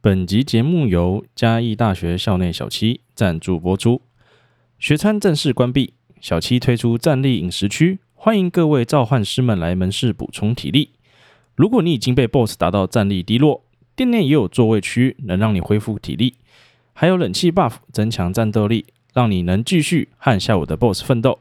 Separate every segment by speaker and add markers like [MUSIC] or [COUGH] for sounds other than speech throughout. Speaker 1: 本集节目由嘉义大学校内小七赞助播出。学餐正式关闭，小七推出站立饮食区，欢迎各位召唤师们来门市补充体力。如果你已经被 BOSS 打到战力低落，店内也有座位区能让你恢复体力，还有冷气 buff 增强战斗力，让你能继续和下午的 BOSS 奋斗。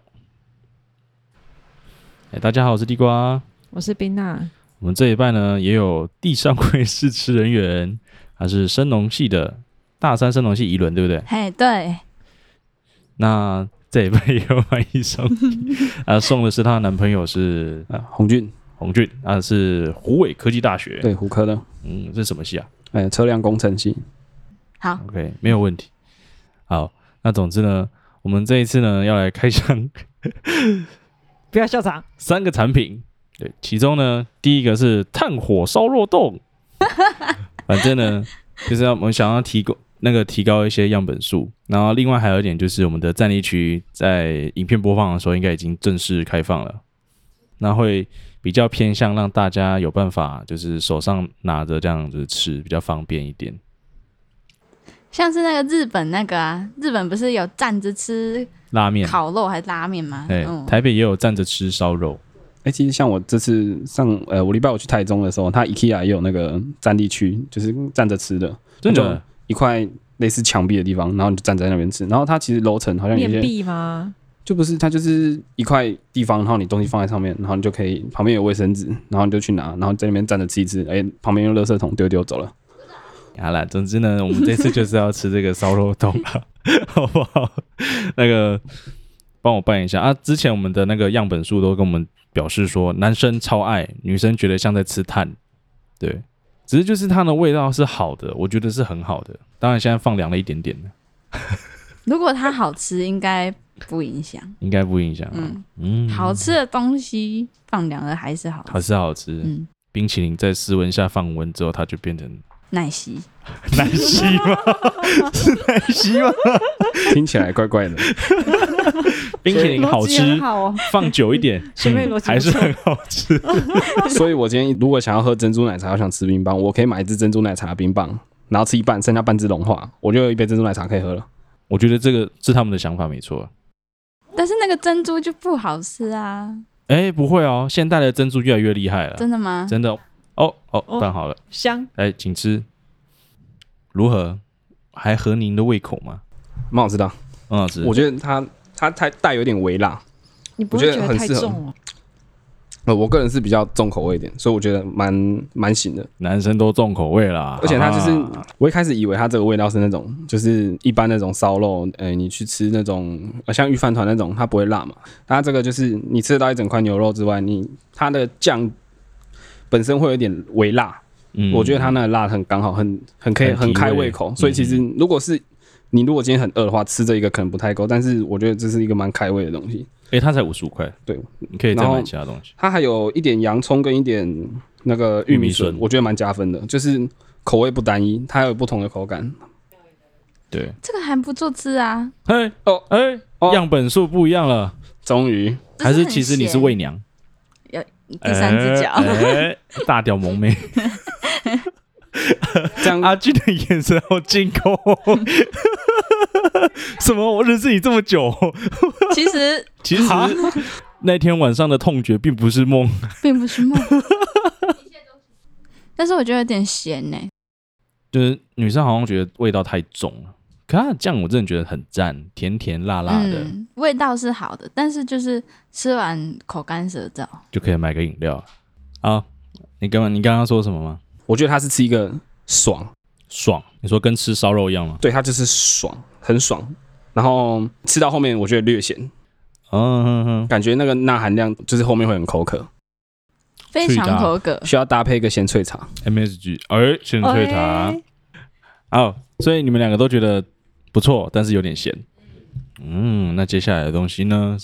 Speaker 1: 哎，大家好，我是地瓜。
Speaker 2: 我是冰娜，
Speaker 1: 我们这一半呢，也有地上会试吃人员， [LAUGHS] 他是生农系的大三生农系一轮，对不对？
Speaker 3: 嘿，对，
Speaker 1: 那这一半也有买一送一， [LAUGHS] 啊，送的是她的男朋友是
Speaker 4: 啊，红俊，
Speaker 1: 洪俊，啊，是湖北科技大学，，
Speaker 4: 对，胡科的，
Speaker 1: 嗯，这是什么系啊
Speaker 4: 哎、车辆工程系，
Speaker 3: 好，
Speaker 1: ？OK，没有问题。好，那总之呢，我们这一次呢，要来开箱
Speaker 2: 不要笑场。
Speaker 1: 三个产品，对，其中呢，第一个是炭火烧肉冻，反正呢，就是要我们想要提供那个提高一些样本数，然后另外还有一点就是我们的战力区在影片播放的时候应该已经正式开放了，那会比较偏向让大家有办法就是手上拿着这样子吃，比较方便一点。
Speaker 3: 像是那个日本那个啊，日本不是有站着吃
Speaker 1: 拉面，
Speaker 3: 烤肉还是拉面吗？嗯
Speaker 1: 对，台北也有站着吃烧肉，
Speaker 4: 哎、其实像我这次上呃，我礼拜五去台中的时候，它 IKEA 也有那个站立区，就是站着吃的
Speaker 1: 真
Speaker 4: 那
Speaker 1: 的
Speaker 4: 种一块类似墙壁的地方，然后你就站在那边吃。然后它其实楼层好像有
Speaker 2: 面
Speaker 4: 一些，
Speaker 2: 壁吗？
Speaker 4: 就不是它就是一块地方，然后你东西放在上面，然后你就可以旁边有卫生纸，然后你就去拿，然后在那边站着吃一吃。哎、旁边用垃圾桶丢一丢走了。
Speaker 1: 好啦，总之呢，我们这次就是要吃这个烧肉冻了， [LAUGHS] 好不好？ [LAUGHS] 那个帮我办一下啊！之前我们的那个样本数都跟我们表示说，男生超爱，女生觉得像在吃碳，对，只是就是它的味道是好的，我觉得是很好的。当然现在放凉了一点点，
Speaker 3: 如果它好吃，应该不影响。
Speaker 1: 应该不影响、啊。
Speaker 3: 嗯，
Speaker 1: 嗯，
Speaker 3: 好，吃的东西放凉了还是好
Speaker 1: 好
Speaker 3: 吃。
Speaker 1: 吃好吃。
Speaker 3: 嗯，
Speaker 1: 冰淇淋在室温下放温之后，它就变成 [LAUGHS]
Speaker 3: 奶昔，
Speaker 1: 奶昔吗？ [LAUGHS] 是奶昔吗？
Speaker 4: 听起来怪怪的，
Speaker 1: 冰淇淋好
Speaker 2: 逻辑
Speaker 1: 吃
Speaker 2: 很，好哦，
Speaker 1: 放久一
Speaker 3: [LAUGHS]
Speaker 1: 点，
Speaker 2: 前面
Speaker 1: 嗯
Speaker 2: 逻辑不
Speaker 1: 还是
Speaker 2: 错
Speaker 1: 很好吃。 [LAUGHS]
Speaker 4: 所以我今天如果想要喝珍珠奶茶，我想吃冰棒，我可以买一支珍珠奶茶冰棒，然后吃一半，剩下半支融化，我就有一杯珍珠奶茶可以喝了。
Speaker 1: 我觉得这个是他们的想法没错。
Speaker 3: 但是那个珍珠就不好吃啊！
Speaker 1: 哎，不会哦，现代的珍珠越来越厉害了，
Speaker 3: 真的吗？
Speaker 1: 真的哦哦哦，
Speaker 2: 哦
Speaker 1: 办好了，
Speaker 2: 香
Speaker 1: 哎，请吃，如何？还合您的胃口吗？嗯
Speaker 4: 蛮好吃的啊，
Speaker 1: 很好吃，
Speaker 4: 我觉得它它它带有点微辣，
Speaker 2: 你不
Speaker 4: 我
Speaker 2: 会
Speaker 4: 觉得
Speaker 2: 觉得
Speaker 4: 很
Speaker 2: 太
Speaker 4: 适合
Speaker 2: 重哦？
Speaker 4: 呃，我个人是比较重口味一点，所以我觉得蛮蛮醒的。
Speaker 1: 男生都重口味啦，
Speaker 4: 而且它就是
Speaker 1: 啊
Speaker 4: 我一开始以为它这个味道是那种，就是一般那种烧肉，呃，你去吃那种呃像御饭团那种，它不会辣嘛。它这个就是你吃得到一整块牛肉之外，你它的酱本身会有点微辣，
Speaker 1: 嗯
Speaker 4: 我觉得它那个辣很刚好，很很可以
Speaker 1: 很提
Speaker 4: 很开
Speaker 1: 味嗯
Speaker 4: 胃口。所以其实如果是你如果今天很饿的话，吃这一个可能不太够，但是我觉得这是一个蛮开胃的东西。
Speaker 1: 哎，它才五十五块，
Speaker 4: 对，
Speaker 1: 你可以再
Speaker 4: 然
Speaker 1: 买
Speaker 4: 后
Speaker 1: 其他东西。
Speaker 4: 它还有一点洋葱跟一点那个玉米
Speaker 1: 玉米
Speaker 4: 笋
Speaker 1: 笋，
Speaker 4: 我觉得蛮加分的，就是口味不单一，它有不同的口感。
Speaker 1: 对，
Speaker 3: 这个还不错吃啊，
Speaker 1: 嘿
Speaker 4: 哦
Speaker 1: 哎，
Speaker 4: 哦
Speaker 1: 样本数不一样了，
Speaker 4: 终于，
Speaker 3: 就是
Speaker 1: 还是
Speaker 3: 很
Speaker 1: 其实你是
Speaker 3: 咸
Speaker 1: 喂娘？
Speaker 3: 第三只脚，
Speaker 1: 哎，哎大屌萌妹，
Speaker 4: 这样
Speaker 1: 阿俊的眼神好惊恐。哦什么？我认识你这么久，
Speaker 3: 其实
Speaker 1: 其实
Speaker 4: 哈
Speaker 1: 那天晚上的痛觉并不是梦，
Speaker 3: 并不是梦， [LAUGHS] 但是我觉得有点咸呢、
Speaker 1: 就是女生好像觉得味道太重了。可它的酱我真的觉得很赞，甜甜辣辣的，
Speaker 3: 嗯，味道是好的，但是就是吃完口干舌燥。
Speaker 1: 就可以买个饮料。好，你刚刚你刚刚说什么吗？
Speaker 4: 我觉得它是吃一个爽，
Speaker 1: 爽？你说跟吃烧肉一样吗？
Speaker 4: 对，它就是爽，很爽。然后吃到后面，我觉得略咸，
Speaker 1: 嗯哼哼，
Speaker 4: 感觉那个钠含量就是后面会很口渴，
Speaker 3: 非
Speaker 1: 脆的
Speaker 3: 常
Speaker 1: 啊
Speaker 3: 口渴，
Speaker 4: 需要搭配一个咸脆茶。
Speaker 1: MSG，哎，咸脆塔。哦，所以你们两个都觉得不错，但是有点咸。嗯，那接下来的东西呢？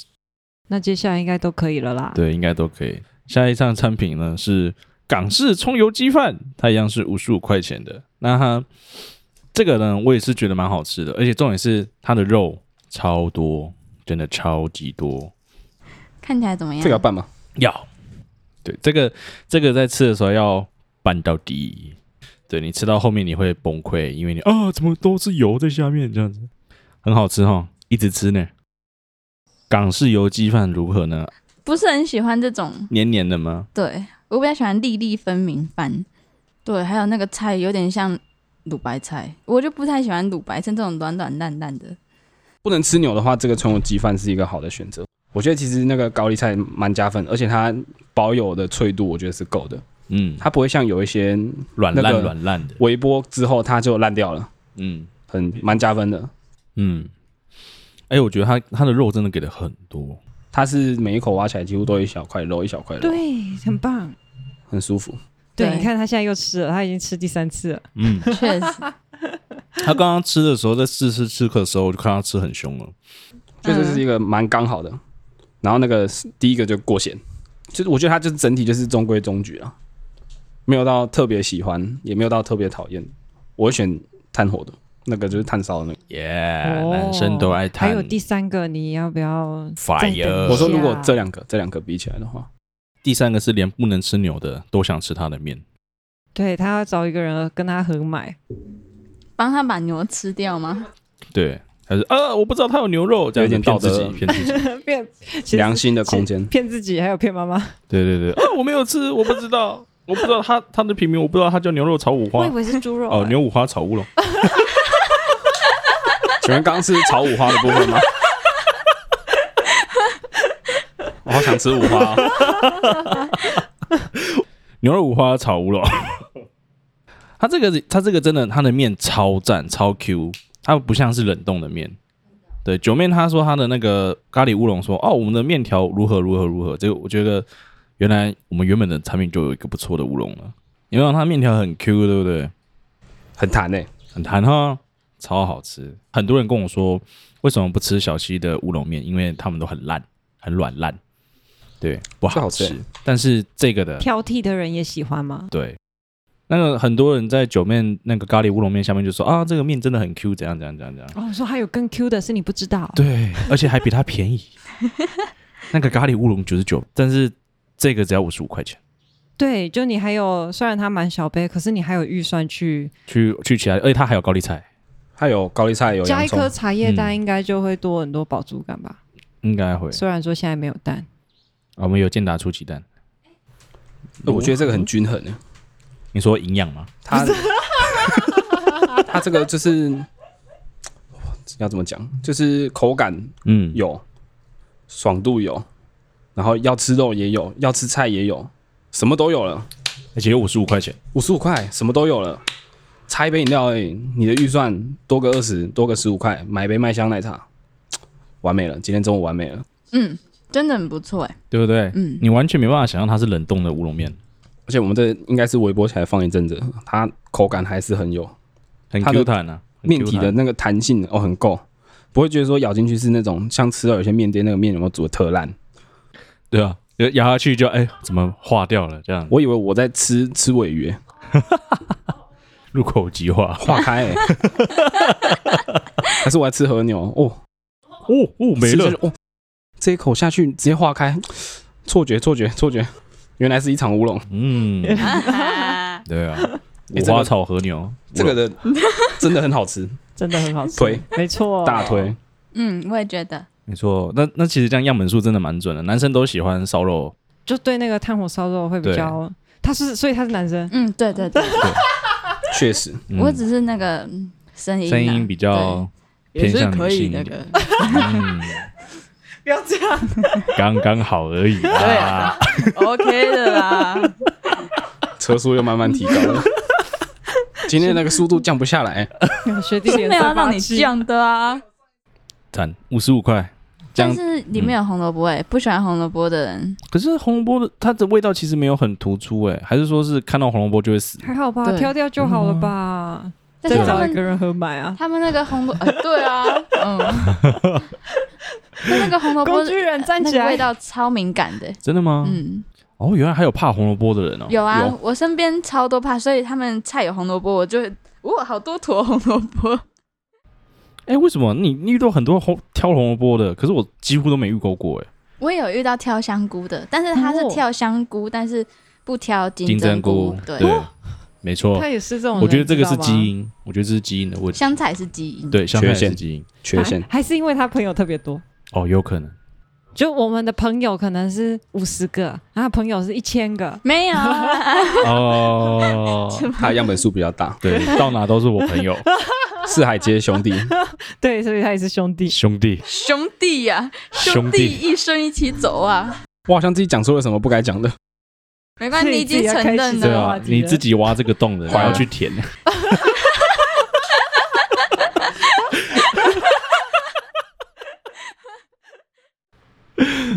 Speaker 2: 那接下来应该都可以了啦。
Speaker 1: 对，应该都可以。下一项产品呢是港式葱油鸡饭，它一样是五十五块钱的。那它这个呢，我也是觉得蛮好吃的，而且重点是它的肉超多，真的超级多。
Speaker 3: 看起来怎么
Speaker 1: 哎
Speaker 3: 样？
Speaker 4: 这个要拌吗？
Speaker 1: 要，对这个这个在吃的时候要拌到底。对你吃到后面你会崩溃，因为你啊怎么都是油在下面这样子，很好吃哈，一直吃呢。港式油鸡饭如何呢？
Speaker 3: 不是很喜欢这种。
Speaker 1: 黏黏的吗？
Speaker 3: 对我比较喜欢粒粒分明饭，对，还有那个菜有点像卤白菜，我就不太喜欢卤白菜这种软软烂烂的。
Speaker 4: 不能吃牛的话，这个葱油鸡饭是一个好的选择。我觉得其实那个高丽菜蛮加分，而且它保有的脆度我觉得是够的，
Speaker 1: 嗯，
Speaker 4: 它不会像有一些
Speaker 1: 软
Speaker 4: 那
Speaker 1: 烂
Speaker 4: 个
Speaker 1: 软烂的，
Speaker 4: 微波之后它就烂掉了，
Speaker 1: 嗯
Speaker 4: 很蛮加分的。
Speaker 1: 嗯。哎、我觉得它它的肉真的给的很多，
Speaker 4: 它是每一口挖起来几乎都有一小块肉，一小块肉，
Speaker 2: 对，很棒。
Speaker 4: 很舒服。
Speaker 2: 对，
Speaker 3: 对
Speaker 2: 你看他现在又吃了，他已经吃第三次了。
Speaker 1: 嗯，
Speaker 3: 确实，
Speaker 1: 他刚刚吃的时候，在试吃吃的时候，我就看他吃很凶了。
Speaker 4: 所以这是一个蛮刚好的。然后那个第一个就过咸，就是我觉得它就是整体就是中规中矩啊，没有到特别喜欢，也没有到特别讨厌。我会选炭火的，那个就是炭烧的那个。
Speaker 1: 耶、
Speaker 2: 哦
Speaker 1: 男生都爱
Speaker 2: 还
Speaker 1: 贪
Speaker 2: 有第三个，你要不要再等一
Speaker 1: fire。
Speaker 2: 下
Speaker 4: 我说如果这两个这两个比起来的话，
Speaker 1: 第三个是连不能吃牛的都想吃他的面，
Speaker 2: 对他要找一个人跟他合买，
Speaker 3: 帮他把牛吃
Speaker 1: [LAUGHS]
Speaker 3: 掉吗？
Speaker 1: 对，还是呃我不知道他有牛肉，这样
Speaker 4: 有点
Speaker 1: 骗自己
Speaker 4: 道德
Speaker 1: 骗自己，
Speaker 2: 骗其实
Speaker 4: 良心的空间，
Speaker 2: 骗自己，还有骗妈妈。
Speaker 1: [LAUGHS] 对对对，呃我没有吃，我不知道，我不知道他他的品名，我不知道他叫牛肉炒五花
Speaker 2: 为哎是猪肉
Speaker 1: 哦，牛五花炒乌龙，
Speaker 4: 请问刚刚是炒五花的部
Speaker 2: [LAUGHS]
Speaker 4: 分吗？我好想吃五花、哦，
Speaker 1: 牛肉五花炒乌龙。 [LAUGHS] 它这个它这个真的它的面超赞超 Q，它不像是冷冻的面。对，九面他说他的那个咖喱乌龙说哦，我们的面条如何如何如何，这个我觉得原来我们原本的产品就有一个不错的乌龙了，因为它面条很 Q，对不对？
Speaker 4: 很弹欸诶、
Speaker 1: 很弹哈，超好吃。很多人跟我说，为什么不吃小七的乌龙面？因为他们都很烂，很软烂，对，不
Speaker 4: 这
Speaker 1: 好
Speaker 4: 好吃
Speaker 1: 吃。但是这个的
Speaker 2: 挑剔的人也喜欢吗？
Speaker 1: 对，那个很多人在九面那个咖喱乌龙面下面就说啊，这个面真的很 Q，怎样怎样怎样怎样。
Speaker 2: 哦，说还有更 Q 的是你不知道，
Speaker 1: 对，而且还比它便
Speaker 4: [LAUGHS]
Speaker 1: 宜。那个咖喱乌龙九十九，但是这个只要五十五块钱。
Speaker 2: 对，就你还有，虽然它蛮小杯，可是你还有预算去
Speaker 1: 去去其他，而且它还有高丽菜，
Speaker 4: 它有高丽菜，有
Speaker 2: 加
Speaker 4: 洋
Speaker 2: 一颗
Speaker 4: 葱，
Speaker 2: 茶叶蛋，
Speaker 1: 嗯
Speaker 2: 应该就会多很多饱足感吧。
Speaker 1: 应该会。
Speaker 2: 虽然说现在没有蛋，
Speaker 1: 啊我们有健达出鸡蛋，哦
Speaker 4: 我觉得这个很均衡诶、
Speaker 1: 你说营养吗？
Speaker 4: 它 [LAUGHS] 它这个就是要怎么讲，就是口感
Speaker 1: 嗯，
Speaker 4: 有，爽度有，然后要吃肉也有，要吃菜也有，什么都有了，
Speaker 1: 而且有五十五块钱。
Speaker 4: 五十五块什么都有了，差一杯饮料而已，你的预算多个二十，多个十五块，买一杯麦香奶茶，完美了，今天中午完美了，
Speaker 3: 嗯，真的很不错哎。
Speaker 1: 对不对？
Speaker 3: 嗯
Speaker 1: 你完全没办法想象它是冷冻的乌龙面，
Speaker 4: 而且我们这应该是微波起来放一阵子，它口感还是很有，
Speaker 1: 很
Speaker 4: 它的
Speaker 1: Q 弹啊，很
Speaker 4: 面
Speaker 1: Q
Speaker 4: 体
Speaker 1: 弹
Speaker 4: 的那个弹性哦很够，不会觉得说咬进去是那种像吃到有些面店那个面有没有煮的特烂，
Speaker 1: 对啊，就咬下去就哎怎么化掉了这样，
Speaker 4: 我以为我在吃吃尾鱼，
Speaker 1: 入口即化。
Speaker 4: 化
Speaker 1: [LAUGHS]
Speaker 4: 开、欸，还是我在吃和牛哦。
Speaker 1: 哦哦没了
Speaker 4: 是，不是哦！这一口下去直接化开，错觉，错觉，错觉，原来是一场乌龙。
Speaker 1: 嗯，
Speaker 3: 哈哈
Speaker 1: [LAUGHS] 对啊，
Speaker 4: 欸
Speaker 1: 五花炒和牛，
Speaker 4: 这个 [LAUGHS] 的真的很好吃，
Speaker 2: 真的很好吃，
Speaker 4: 推
Speaker 2: 没 [LAUGHS] 错，
Speaker 4: 大推。
Speaker 3: 嗯，我也觉得。
Speaker 1: 没错。那那其实这样样本数真的蛮准的，男生都喜欢烧肉，
Speaker 2: 就对那个炭火烧肉会比较，他是所以他是男
Speaker 3: [LAUGHS]
Speaker 2: 生，
Speaker 3: 嗯，对对对，
Speaker 4: 确实，
Speaker 1: 嗯
Speaker 3: 我只是那个嗯声音啊，
Speaker 1: 声音比较偏向女性一点，。 [LAUGHS] 嗯，
Speaker 2: 不要这样
Speaker 1: 刚刚好而
Speaker 3: [LAUGHS]
Speaker 1: 已 [LAUGHS] 啊。
Speaker 2: ，OK 的啦。
Speaker 4: 车速又慢慢提高 [LAUGHS] 了。今天那个速度降不下来，
Speaker 2: 学弟
Speaker 3: 是
Speaker 2: 脸
Speaker 3: 没有
Speaker 2: 色
Speaker 3: 要
Speaker 2: 发
Speaker 3: 让你
Speaker 2: 青，
Speaker 3: 降的啊。
Speaker 1: 赞，五十五块。这
Speaker 3: 但
Speaker 1: 样，
Speaker 3: 是里面有红萝卜哎，不喜欢红萝卜的人，
Speaker 1: 可是红萝卜的它的味道其实没有很突出哎、还是说是看到红萝卜就会死？
Speaker 2: 还好吧，
Speaker 3: 对
Speaker 2: 挑掉就好
Speaker 1: 嗯
Speaker 2: 了吧。
Speaker 3: 但
Speaker 2: 再
Speaker 3: 是他
Speaker 2: 找一个
Speaker 3: 们
Speaker 2: 人合买啊，
Speaker 3: 他们那个 [LAUGHS] 红萝，呃对啊，嗯，但那个红萝卜
Speaker 2: 工具人站
Speaker 3: 呃那
Speaker 2: 起
Speaker 3: 个味
Speaker 2: 来，
Speaker 3: 道超敏感的，
Speaker 1: 真的吗？
Speaker 3: 嗯，
Speaker 1: 哦，原来还有怕红萝卜的人哦。
Speaker 3: 有啊
Speaker 4: 有，
Speaker 3: 我身边超多怕，所以他们菜有红萝卜，我就会哇好多坨红萝卜，
Speaker 1: 哎、为什么你你遇到很多红挑红萝卜的，可是我几乎都没遇过过哎、
Speaker 3: [LAUGHS] 我也有遇到挑香菇的，但是他是
Speaker 2: 哦
Speaker 3: 挑香菇，但是不挑金
Speaker 1: 金针
Speaker 3: 菇
Speaker 1: 菇，，
Speaker 3: 对，
Speaker 1: 对，没错
Speaker 2: 他，也是这种人，
Speaker 1: 哦我觉得这个
Speaker 2: 你
Speaker 1: 是
Speaker 2: 知道吗
Speaker 1: 基因，我觉得这是基因的问题。
Speaker 3: 香菜是基因，
Speaker 1: 对，香菜也
Speaker 4: 缺
Speaker 1: 是
Speaker 4: 陷
Speaker 1: 基因
Speaker 4: 缺陷
Speaker 2: 还，还是因为他朋友特别多。
Speaker 1: 哦，有可能。
Speaker 2: 就我们的朋友可能是五十个，然后他朋友是一千个，
Speaker 3: 没有啊啦
Speaker 1: 哦，，
Speaker 3: [LAUGHS]
Speaker 4: 他的样本数比较大
Speaker 1: 对，到哪都是我朋友
Speaker 4: 四海皆兄弟。
Speaker 2: 对，所以他也是兄弟。
Speaker 1: 兄弟，
Speaker 3: 兄弟呀、
Speaker 1: 兄
Speaker 3: 兄弟一生一起走啊！
Speaker 4: 我好像自己讲出了什么不该讲的，
Speaker 3: 没关系，
Speaker 2: 所
Speaker 3: 你
Speaker 2: 以
Speaker 3: 已经承认
Speaker 2: 自己
Speaker 1: 对
Speaker 2: 要开
Speaker 3: 了。
Speaker 1: 啊
Speaker 2: 话，题了
Speaker 1: 你自己挖这个洞的，
Speaker 4: 对啊
Speaker 1: 还要去 [LAUGHS] 填。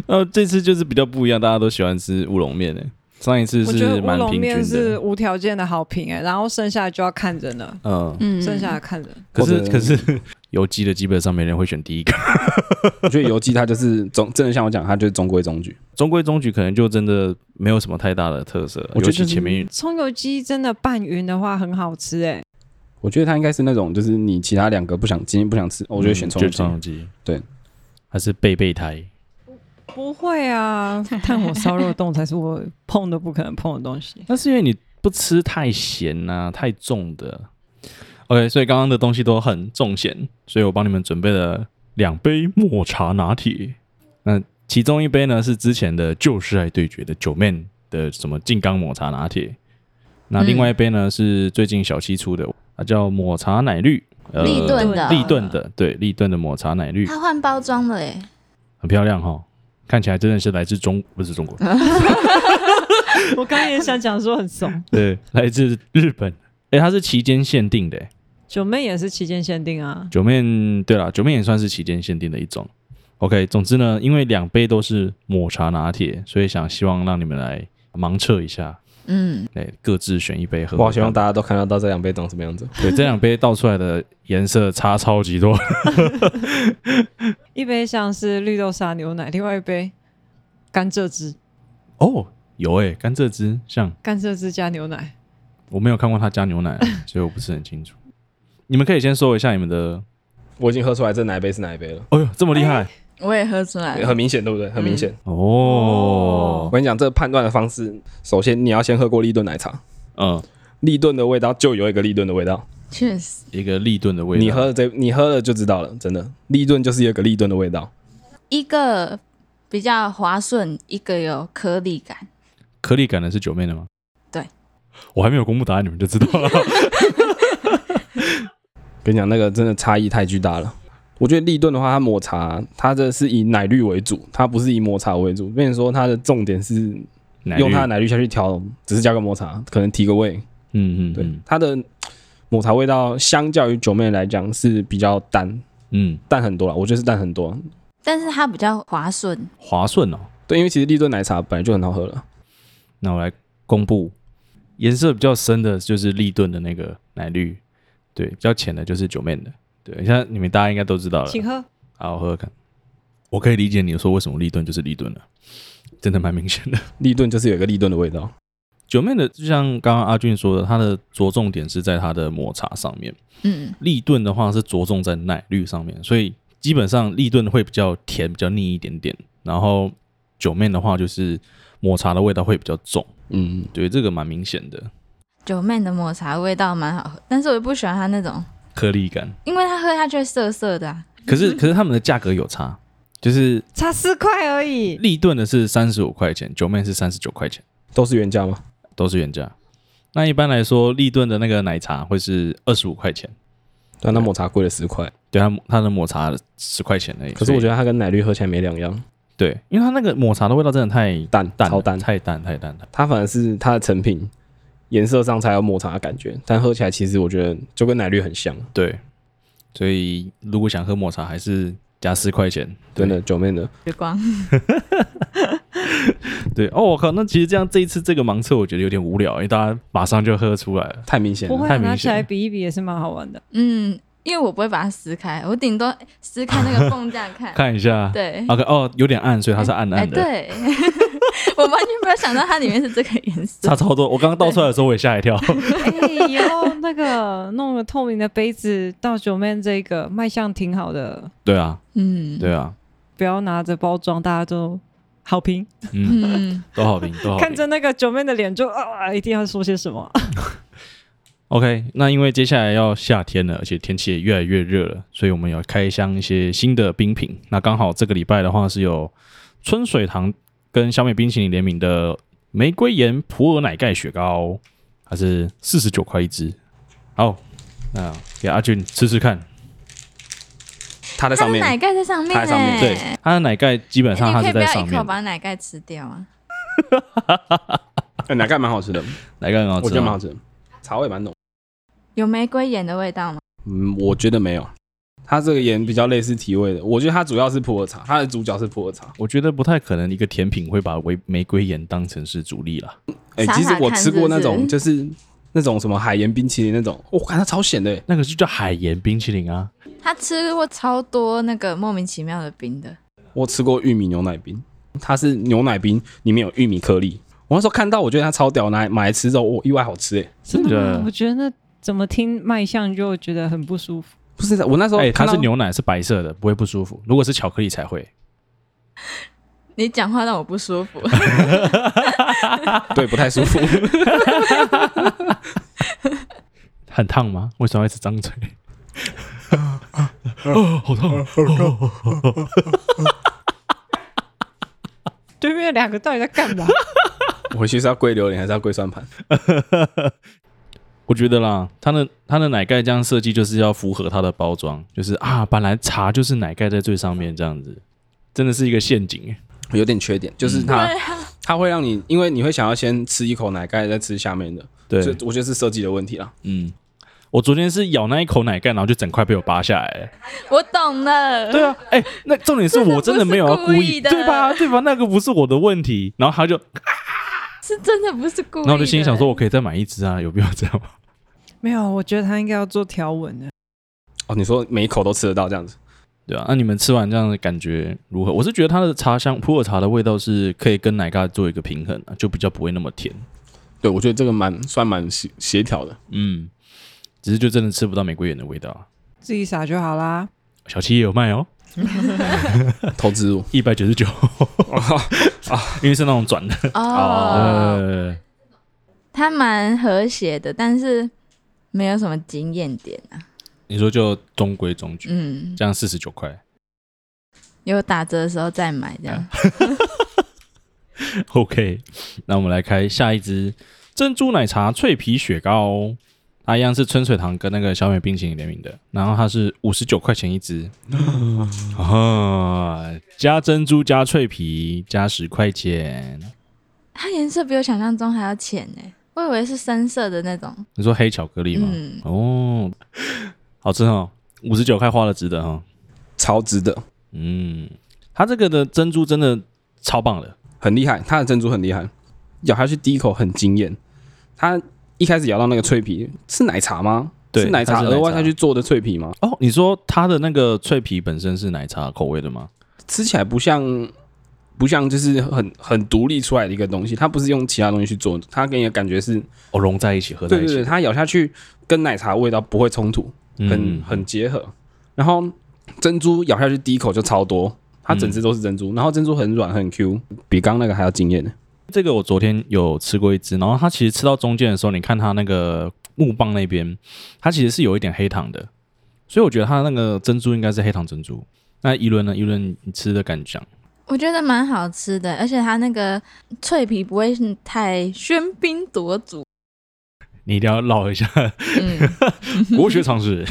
Speaker 1: 呃，这次就是比较不一样，大家都喜欢吃乌龙面诶。欸上一次
Speaker 2: 我觉得
Speaker 1: 是
Speaker 2: 乌
Speaker 1: 蛮
Speaker 2: 龙
Speaker 1: 平
Speaker 2: 面
Speaker 1: 均
Speaker 2: 是
Speaker 1: 的，
Speaker 2: 无条件的好评哎、然后剩下的就要看人了，
Speaker 1: 嗯，
Speaker 3: 嗯
Speaker 2: 剩下的看人。
Speaker 1: 可是
Speaker 4: 或者
Speaker 1: 可是 [LAUGHS] 油鸡的基本上没人会选第一个，
Speaker 4: 我觉得游记它就是中，真的像我讲，它就是中规中矩。
Speaker 1: 中规中矩，可能就真的没有什么太大的特色。
Speaker 4: 我觉得
Speaker 1: 尤其
Speaker 4: 就是
Speaker 1: 前面
Speaker 2: 葱油鸡真的拌匀的话很好吃哎、
Speaker 4: 我觉得它应该是那种，就是你其他两个不想今天不想吃，我觉得选
Speaker 1: 嗯
Speaker 4: 葱
Speaker 1: 就
Speaker 4: 油鸡
Speaker 1: 葱油鸡，
Speaker 4: 对，
Speaker 1: 还是备备胎。
Speaker 2: 不会啊， [LAUGHS] 炭火烧肉冻才是我碰都不可能碰的东西。
Speaker 1: 那是因为你不吃太咸呐、太重的。OK，所以刚刚的东西都很重咸，所以我帮你们准备了两杯抹茶拿铁。那其中一杯呢是之前的旧世爱对决的九妹的什么静冈抹茶拿铁，那
Speaker 3: 嗯
Speaker 1: 另外一杯呢、是最近小七出的，它叫抹茶奶绿，呃
Speaker 3: 立顿的
Speaker 1: 立顿的，对，立顿的抹茶奶绿
Speaker 3: 他换包装了哎，
Speaker 1: 很漂亮哈，看起来真的是来自中不是中国，
Speaker 2: [LAUGHS] 我刚刚也想讲说很怂，
Speaker 1: 对，来自日本，诶、它是期间限定的、诶
Speaker 2: [LAUGHS] 九妹也是期间限定啊。
Speaker 1: 九面对了，九面也算是期间限定的一种。OK，总之呢，因为两杯都是抹茶拿铁，所以想希望让你们来盲测一下，
Speaker 3: 嗯，
Speaker 1: 哎，各自选一杯喝喝看。
Speaker 4: 我好希望大家都看得到这两杯长什么样子。
Speaker 1: 对这两杯倒出来的颜色差超级多，
Speaker 2: 一杯像是绿豆沙牛奶，另外一杯甘蔗汁，
Speaker 1: 哦，有哎、甘蔗汁像
Speaker 2: 甘蔗汁加牛奶。
Speaker 1: 我没有看过他加牛奶，啊所以我不是很清楚。你们可以先说一下你们的，
Speaker 4: 我已经喝出来这哪一杯是哪一杯了，
Speaker 1: 哎呦，这么厉害、
Speaker 3: 我也喝出
Speaker 1: 嗯
Speaker 3: 来
Speaker 4: 很
Speaker 3: 了。
Speaker 4: 明显，对不对？很明显。
Speaker 1: 哦
Speaker 4: 我，跟你讲，这个判断的方式，首先你要先喝过立顿奶茶，
Speaker 1: 嗯，
Speaker 4: 立顿的味道就有一个立顿的味道，
Speaker 3: 确实，
Speaker 1: 一个立顿的味道，
Speaker 4: 你喝了这你喝了就知道了，真的，立顿就是有一个立顿的味道。
Speaker 3: 一个比较滑顺，一个有颗粒感。
Speaker 1: 颗粒感的是九妹的吗？
Speaker 3: 对，
Speaker 1: 我还没有公布答案，你们就知道
Speaker 4: [LAUGHS]
Speaker 1: 了。
Speaker 4: 跟你讲，那个真的差异太巨大了。我觉得立顿的话，它抹茶，它这是以奶绿为主，它不是以抹茶为主。变成说它的重点是
Speaker 1: 奶
Speaker 4: 用
Speaker 1: 绿
Speaker 4: 它的奶绿下去调，只是加个抹茶，可能提个味。
Speaker 1: 嗯嗯，
Speaker 4: 对，
Speaker 1: 嗯
Speaker 4: 它的抹茶味道相较于九妹来讲是比较淡，
Speaker 1: 嗯，
Speaker 4: 淡很多了。我觉得是淡很多。
Speaker 3: 但是它比较滑顺，
Speaker 1: 滑顺哦。
Speaker 4: 对，因为其实立顿奶茶本来就很好喝了。
Speaker 1: 那我来公布，颜色比较深的就是立顿的那个奶绿，对，比较浅的就是九妹的，对，现在你们大家应该都知道了。
Speaker 2: 请喝。
Speaker 1: 好，我喝喝看。我可以理解你说为什么立顿就是立顿了，真的蛮明显的。
Speaker 4: 立顿就是有一个立顿的味道，
Speaker 1: 九妹的就像刚刚阿俊说的，它的着重点是在它的抹茶上面，
Speaker 3: 嗯，
Speaker 1: 立顿的话是着重在奶绿上面，所以基本上立顿会比较甜，比较腻一点点。然后九妹的话就是抹茶的味道会比较重，
Speaker 4: 嗯，
Speaker 1: 对，这个蛮明显的
Speaker 3: 九妹的抹茶味道蛮好喝，但是我也不喜欢它那种，
Speaker 1: 颗粒感。
Speaker 4: 嗯
Speaker 3: 因为它喝下去会涩涩的、啊。
Speaker 1: 可是可是他们的价格有差，就是
Speaker 2: 差四块而已，
Speaker 1: 立顿的是三十五块钱，九妹是三十九块钱，
Speaker 4: 都是原价吗？
Speaker 1: 都是原价。那一般来说，立顿的那个奶茶会是二十五块钱，
Speaker 4: 对啊，那抹茶贵了十块，
Speaker 1: 对它它的抹茶十块钱而已。
Speaker 4: 可是我觉
Speaker 1: 得
Speaker 4: 得它跟奶绿喝起来没两样，
Speaker 1: 对，因为它那个抹茶的味道真的太
Speaker 4: 淡，
Speaker 1: 淡了，
Speaker 4: 超淡。
Speaker 1: 太淡太淡了。
Speaker 4: 它反而是它的成品颜色上才有抹茶的感觉，但喝起来其实我觉得就跟奶绿很像，
Speaker 1: 对，所以如果想喝抹茶，还是加十块钱。
Speaker 4: 真的九妹的。
Speaker 3: 月光，
Speaker 1: 对哦，我靠，那其实这样这一次这个盲测，我觉得有点无聊，因为大家马上就喝出来了。
Speaker 4: 太明显
Speaker 2: 不
Speaker 4: 了，
Speaker 2: 会
Speaker 1: 太
Speaker 2: 啊
Speaker 1: 明显
Speaker 2: 拿起来比一比也是蛮好玩的。
Speaker 3: 嗯，因为我不会把它撕开，我顶多撕开那个缝这样
Speaker 2: [LAUGHS]
Speaker 3: 看。
Speaker 1: 看一下，
Speaker 3: 对，
Speaker 1: ，OK，哦，有点暗，所以它是暗
Speaker 3: 哎、
Speaker 1: 暗的。
Speaker 3: 对， [LAUGHS] 我完全没有想到它里面是这个颜
Speaker 1: [LAUGHS]
Speaker 3: 色
Speaker 1: 差。超多，我刚刚倒出来的时候我也吓一跳。
Speaker 2: 哎，以后那个弄个透明的杯子到九妹这个卖相挺好的，
Speaker 1: [LAUGHS] 对啊，
Speaker 3: 嗯，
Speaker 1: 对啊，
Speaker 2: 不要拿着包装，大家都好评。
Speaker 1: 嗯，
Speaker 3: 嗯，
Speaker 1: 都好评，都好
Speaker 2: 看
Speaker 1: 评。
Speaker 2: 着那个九妹的脸就啊，一定要说些什么。
Speaker 1: OK，那因为接下来要夏天了，而且天气也越来越热了，所以我们要开箱一些新的冰品。那刚好这个礼拜的话是有春水堂跟小美冰淇淋联名的玫瑰盐普洱奶盖雪糕，它是四十九块一支。好，那给阿俊吃吃看。
Speaker 4: 它在
Speaker 3: 它
Speaker 4: 上
Speaker 3: 的奶
Speaker 4: 面，
Speaker 3: 盖在上面、
Speaker 4: 它
Speaker 3: 欸，
Speaker 4: 在上面
Speaker 1: 对，它的奶盖基本上
Speaker 3: 哎
Speaker 1: 它
Speaker 3: 你可
Speaker 1: 是在
Speaker 3: 以不要
Speaker 1: 上
Speaker 3: 一口
Speaker 1: 面，
Speaker 3: 把奶盖吃掉啊！
Speaker 4: 呃奶盖蛮好吃的，
Speaker 1: [LAUGHS] 奶盖很好
Speaker 4: 我觉
Speaker 1: 吃
Speaker 4: 得蛮好
Speaker 1: 啊。
Speaker 4: 吃哦的，茶味蛮浓。
Speaker 3: 有玫瑰盐的味道吗？
Speaker 4: 嗯，我觉得没有，它这个盐比较类似提味的。我觉得它主要是普洱茶，它的主角是普洱茶。
Speaker 1: 我觉得不太可能一个甜品会把玫玫瑰盐当成是主力啦，
Speaker 4: 哎、
Speaker 3: 傻傻
Speaker 4: 其实我
Speaker 3: 看
Speaker 4: 吃过那
Speaker 3: 是
Speaker 4: 种，
Speaker 3: 不
Speaker 4: 就是那种什么海盐冰淇淋那种，我、看它超咸的、欸
Speaker 1: 那个就叫海盐冰淇淋啊。
Speaker 3: 他吃过超多那个莫名其妙的冰的，
Speaker 4: 我吃过玉米牛奶冰，它是牛奶冰里面有玉米颗粒。我那时候看到，我觉得它超屌，拿来买来吃之后，我、意外好吃哎、
Speaker 1: 真的
Speaker 2: 吗 [LAUGHS] 我觉得那怎么听卖相就觉得很不舒服。
Speaker 4: 不是我那时候
Speaker 1: 哎、
Speaker 4: 看
Speaker 1: 它
Speaker 4: 到、
Speaker 1: 是牛奶是白色的，不会不舒服。如果是巧克力才会。
Speaker 3: 你讲话让我不
Speaker 1: [LAUGHS]
Speaker 3: 舒服。
Speaker 4: [LAUGHS] 对不太舒服， [LAUGHS]
Speaker 1: 很烫吗？ [LAUGHS] 为什么要一直张嘴？哦，好烫！
Speaker 2: 对面两个到底在干嘛？
Speaker 4: 我回去是要跪榴莲还是要跪算盘？
Speaker 1: 我觉得啦，它的它的奶盖这样设计就是要符合它的包装，就是啊，本来茶就是奶盖在最上面这样子，真的是一个陷阱欸耶。
Speaker 4: 有点缺点，就是它、
Speaker 1: 嗯
Speaker 3: 对啊，
Speaker 4: 它会让你，因为你会想要先吃一口奶盖，再吃下面的，
Speaker 1: 对，
Speaker 4: 所以我觉得是设计的问题啦。
Speaker 1: 嗯，我昨天是咬那一口奶盖，然后就整块被我扒下来了。
Speaker 3: 我懂了。
Speaker 1: 对啊，哎、那重点是我真的没有要
Speaker 3: 真
Speaker 1: 故
Speaker 3: 的 [LAUGHS] 不是故
Speaker 1: 意，
Speaker 3: 意的
Speaker 1: 对吧？对吧？那个不是我的问题。然后他就，
Speaker 3: 是真的欸不是故意。
Speaker 1: 然后我就心里想说，，我可以再买一只啊，有必要这样吗？
Speaker 2: [LAUGHS] 没有，我觉得他应该要做条纹的。
Speaker 4: 哦，你说每一口都吃得到这样子，
Speaker 1: [LAUGHS] 对啊，那你们吃完这样的感觉如何？我是觉得它的茶香普洱茶的味道是可以跟奶咖做一个平衡啊，就比较不会那么甜。
Speaker 4: 对我觉得这个蛮算蛮协协调的。
Speaker 1: 嗯，只是就真的吃不到玫瑰园的味道啊。
Speaker 2: 自己撒就好啦。
Speaker 1: 小七也有卖哦，
Speaker 4: 投资入，
Speaker 1: 一百九 [LAUGHS] 十九，啊因为是那种转的。
Speaker 3: [LAUGHS]
Speaker 1: [LAUGHS]
Speaker 3: 哦，
Speaker 1: 呃，
Speaker 3: 它蛮和谐的，但是没有什么惊艳点啊。
Speaker 1: 你说就中规中矩，
Speaker 3: 嗯，
Speaker 1: 这样四十九块，
Speaker 3: 有打折的时候再买这样。
Speaker 1: OK，那我们来开下一支珍珠奶茶脆皮雪糕，它一样是春水堂跟那个小美冰淇淋联名的，然后它是五十九块钱一支，啊，加珍珠加脆皮加十块钱。
Speaker 3: 它颜色比我想象中还要浅呢、我以为是深色的那种。
Speaker 1: 你说黑巧克力吗？
Speaker 3: 嗯，
Speaker 1: 哦，好吃哦，五十九块花了值得哈、哦。
Speaker 4: 超值得，
Speaker 1: 嗯，它这个的珍珠真的超棒的，
Speaker 4: 很厉害，它的珍珠很厉害，咬下去第一口很惊艳。它一开始咬到那个脆皮是奶茶吗？
Speaker 1: 对
Speaker 4: 是奶
Speaker 1: 它
Speaker 4: 茶
Speaker 1: 是奶
Speaker 4: 额外
Speaker 1: 茶
Speaker 4: 下去做的脆皮吗？
Speaker 1: 哦。你说它的那个脆皮本身是奶茶口味的吗？
Speaker 4: 吃起来不像，不像就是很很独立出来的一个东西，它不是用其他东西去做的，它给你的感觉是，
Speaker 1: 哦，融在一起合在
Speaker 4: 对
Speaker 1: 一
Speaker 4: 对
Speaker 1: 起，
Speaker 4: 对，它咬下去跟奶茶味道不会冲突，
Speaker 1: 嗯
Speaker 4: 很很结合。然后珍珠咬下去第一口就超多，它整只都是珍珠，然后珍珠很软很 Q，比刚那个还要惊艳呢。
Speaker 1: 这个我昨天有吃过一只，然后它其实吃到中间的时候，你看它那个木棒那边，它其实是有一点黑糖的，所以我觉得它那个珍珠应该是黑糖珍珠。那一轮呢？一轮你吃的感想？
Speaker 3: 我觉得蛮好吃的，而且它那个脆皮不会太喧宾夺主。
Speaker 1: 你一定要唠一下 [LAUGHS]
Speaker 3: 嗯，
Speaker 1: 国学常识。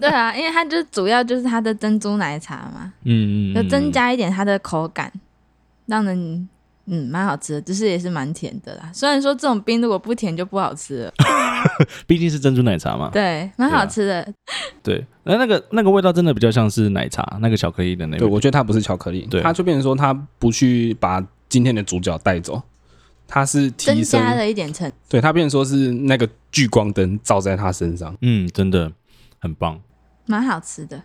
Speaker 3: 对啊，因为它就主要就是它的珍珠奶茶嘛，
Speaker 1: [LAUGHS] 嗯嗯，
Speaker 3: 就
Speaker 1: 嗯
Speaker 3: 增。加一点它的口感，让人嗯蛮好吃的，只是也是蛮甜的啦。虽然说这种冰如果不甜就不好吃了，
Speaker 1: 毕竟是珍珠奶茶嘛。
Speaker 3: 对，蛮好吃的。
Speaker 1: 对，那那个那个味道真的比较像是奶茶，那个巧克力的那
Speaker 4: 对，
Speaker 1: 个。
Speaker 4: 我觉得它不是巧克力
Speaker 1: 对，
Speaker 4: 它就变成说它不去把今天的主角带走，它是
Speaker 3: 增
Speaker 4: 提升，
Speaker 3: 加了一点成，
Speaker 4: 对，它变成说是那个聚光灯照在它身上，
Speaker 1: 嗯，真的很棒，
Speaker 3: 蛮好吃的。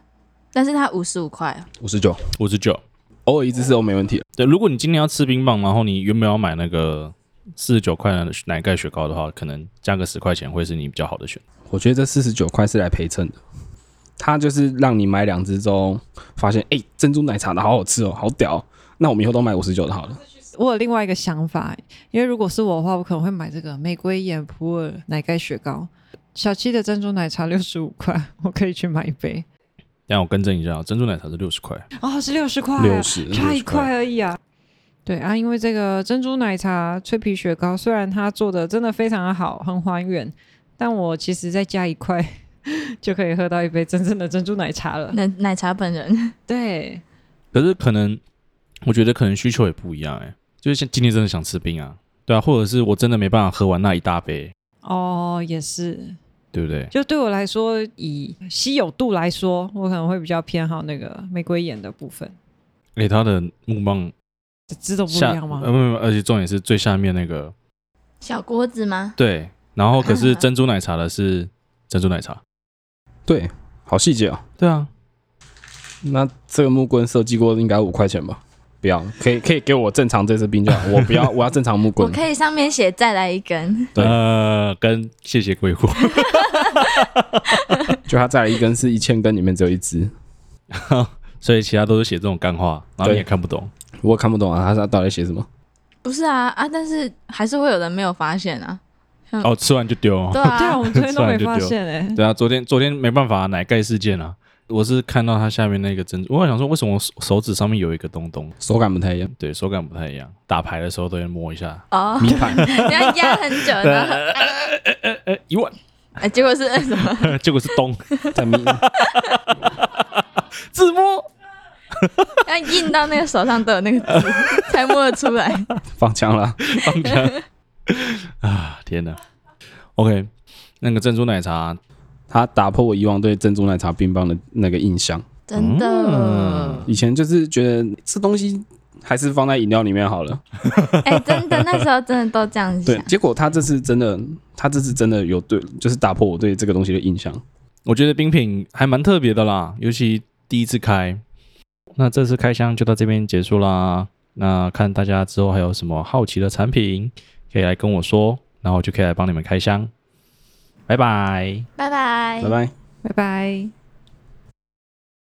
Speaker 3: 但是它五十五块哦，
Speaker 4: 五十九，
Speaker 1: 五十九。
Speaker 4: 偶尔一只是都没问题。
Speaker 1: 对，如果你今天要吃冰棒，然后你原本要买那个四十九块的奶盖雪糕的话，可能加个十块钱会是你比较好的选择。
Speaker 4: 我觉得这四十九块是来陪衬的，它就是让你买两只之后，发现哎、珍珠奶茶的好好吃哦，好屌哦、那我们以后都买五十九的好了。
Speaker 2: 我有另外一个想法，因为如果是我的话，我可能会买这个玫瑰盐普洱奶盖雪糕。小七的珍珠奶茶六十五块，我可以去买一杯。
Speaker 1: 让我更正一下，珍珠奶茶是六十块，
Speaker 2: 哦，是六十块啊，
Speaker 4: 六十
Speaker 2: 差一块而已啊。对啊，因为这个珍珠奶茶脆皮雪糕，虽然它做的真的非常的好，很还原，但我其实再加一块 [LAUGHS] 就可以喝到一杯真正的珍珠奶茶了。
Speaker 3: 奶奶茶本人 [LAUGHS]
Speaker 2: 对，
Speaker 1: 可是可能我觉得可能需求也不一样哎、就是像今天真的想吃冰啊，对啊，或者是我真的没办法喝完那一大杯，
Speaker 2: 哦，也是。
Speaker 1: 对不对？
Speaker 2: 就对我来说，以稀有度来说，我可能会比较偏好那个玫瑰眼的部分。
Speaker 1: 诶、它的木棒
Speaker 2: 这汁都不一
Speaker 1: 下，
Speaker 2: 样吗？
Speaker 4: 嗯
Speaker 1: 呃，不不，而且重点是最下面那个
Speaker 3: 小锅子吗？
Speaker 1: 对，然后可是
Speaker 3: 啊
Speaker 1: 珍珠奶茶的
Speaker 2: [LAUGHS]
Speaker 1: 是珍珠奶茶，
Speaker 4: 对，好细节哦。
Speaker 1: 对啊，
Speaker 4: 那这个木棍设计过应该五块钱吧？不要，可以可以给我正常这支冰就好，我不要，我要正常木
Speaker 3: 我
Speaker 4: 棍。
Speaker 3: 可以上面写再来一
Speaker 1: [LAUGHS]
Speaker 3: 根，
Speaker 4: 对
Speaker 1: 呃，跟谢谢贵货，
Speaker 4: 就它再来一根是一千根里面只有一支，
Speaker 1: 所以其他都是写这种干话，然后你也
Speaker 4: 对
Speaker 1: 看不懂。
Speaker 4: 我看不懂啊，它它到底写什么？
Speaker 3: 不是啊啊，但是还是会有人没有发现啊。
Speaker 1: 哦，吃完就丢、哦。
Speaker 3: 对
Speaker 2: 对啊，
Speaker 3: 啊
Speaker 2: 我，们昨天
Speaker 4: [LAUGHS]
Speaker 2: 都没
Speaker 1: 突
Speaker 2: 发
Speaker 1: 然就丢
Speaker 2: 现哎、
Speaker 1: 对啊，昨天昨天没办法、奶盖事件啊，我是看到它下面那个珍珠，我想说为什么我手手指上面有一个东东，
Speaker 4: 手感不太一样。
Speaker 1: 对，手感不太一样，打牌的时候都会摸一下， [LAUGHS]
Speaker 3: 哦，
Speaker 4: 米牌 [LAUGHS]
Speaker 3: 要压很久呢，
Speaker 1: 呃，一万，
Speaker 3: 哎，结果是哎 [LAUGHS] 什么？
Speaker 1: 结果是东
Speaker 4: 在米，
Speaker 1: [LAUGHS] 自摸，
Speaker 3: 要印到那个手上都有那个字，
Speaker 1: [LAUGHS]
Speaker 3: 才摸得出来。
Speaker 4: 放枪了，
Speaker 1: 放枪啊，天哪，OK，那个珍珠奶茶，
Speaker 4: 它打破我以往对珍珠奶茶冰棒的那个印象。
Speaker 3: 真的，
Speaker 1: 嗯
Speaker 4: 以前就是觉得这东西还是放在饮料里面好了，
Speaker 3: 哎、真的，那时候真的都这样
Speaker 4: 对
Speaker 3: 想。。
Speaker 4: 结果他这次真的，他这次真的有对，就是打破我对这个东西的印象。
Speaker 1: 我觉得冰品还蛮特别的啦，尤其第一次开。那这次开箱就到这边结束啦。那看大家之后还有什么好奇的产品，可以来跟我说，然后我就可以来帮你们开箱。拜拜。
Speaker 3: 拜拜
Speaker 4: 拜拜。
Speaker 2: 拜拜。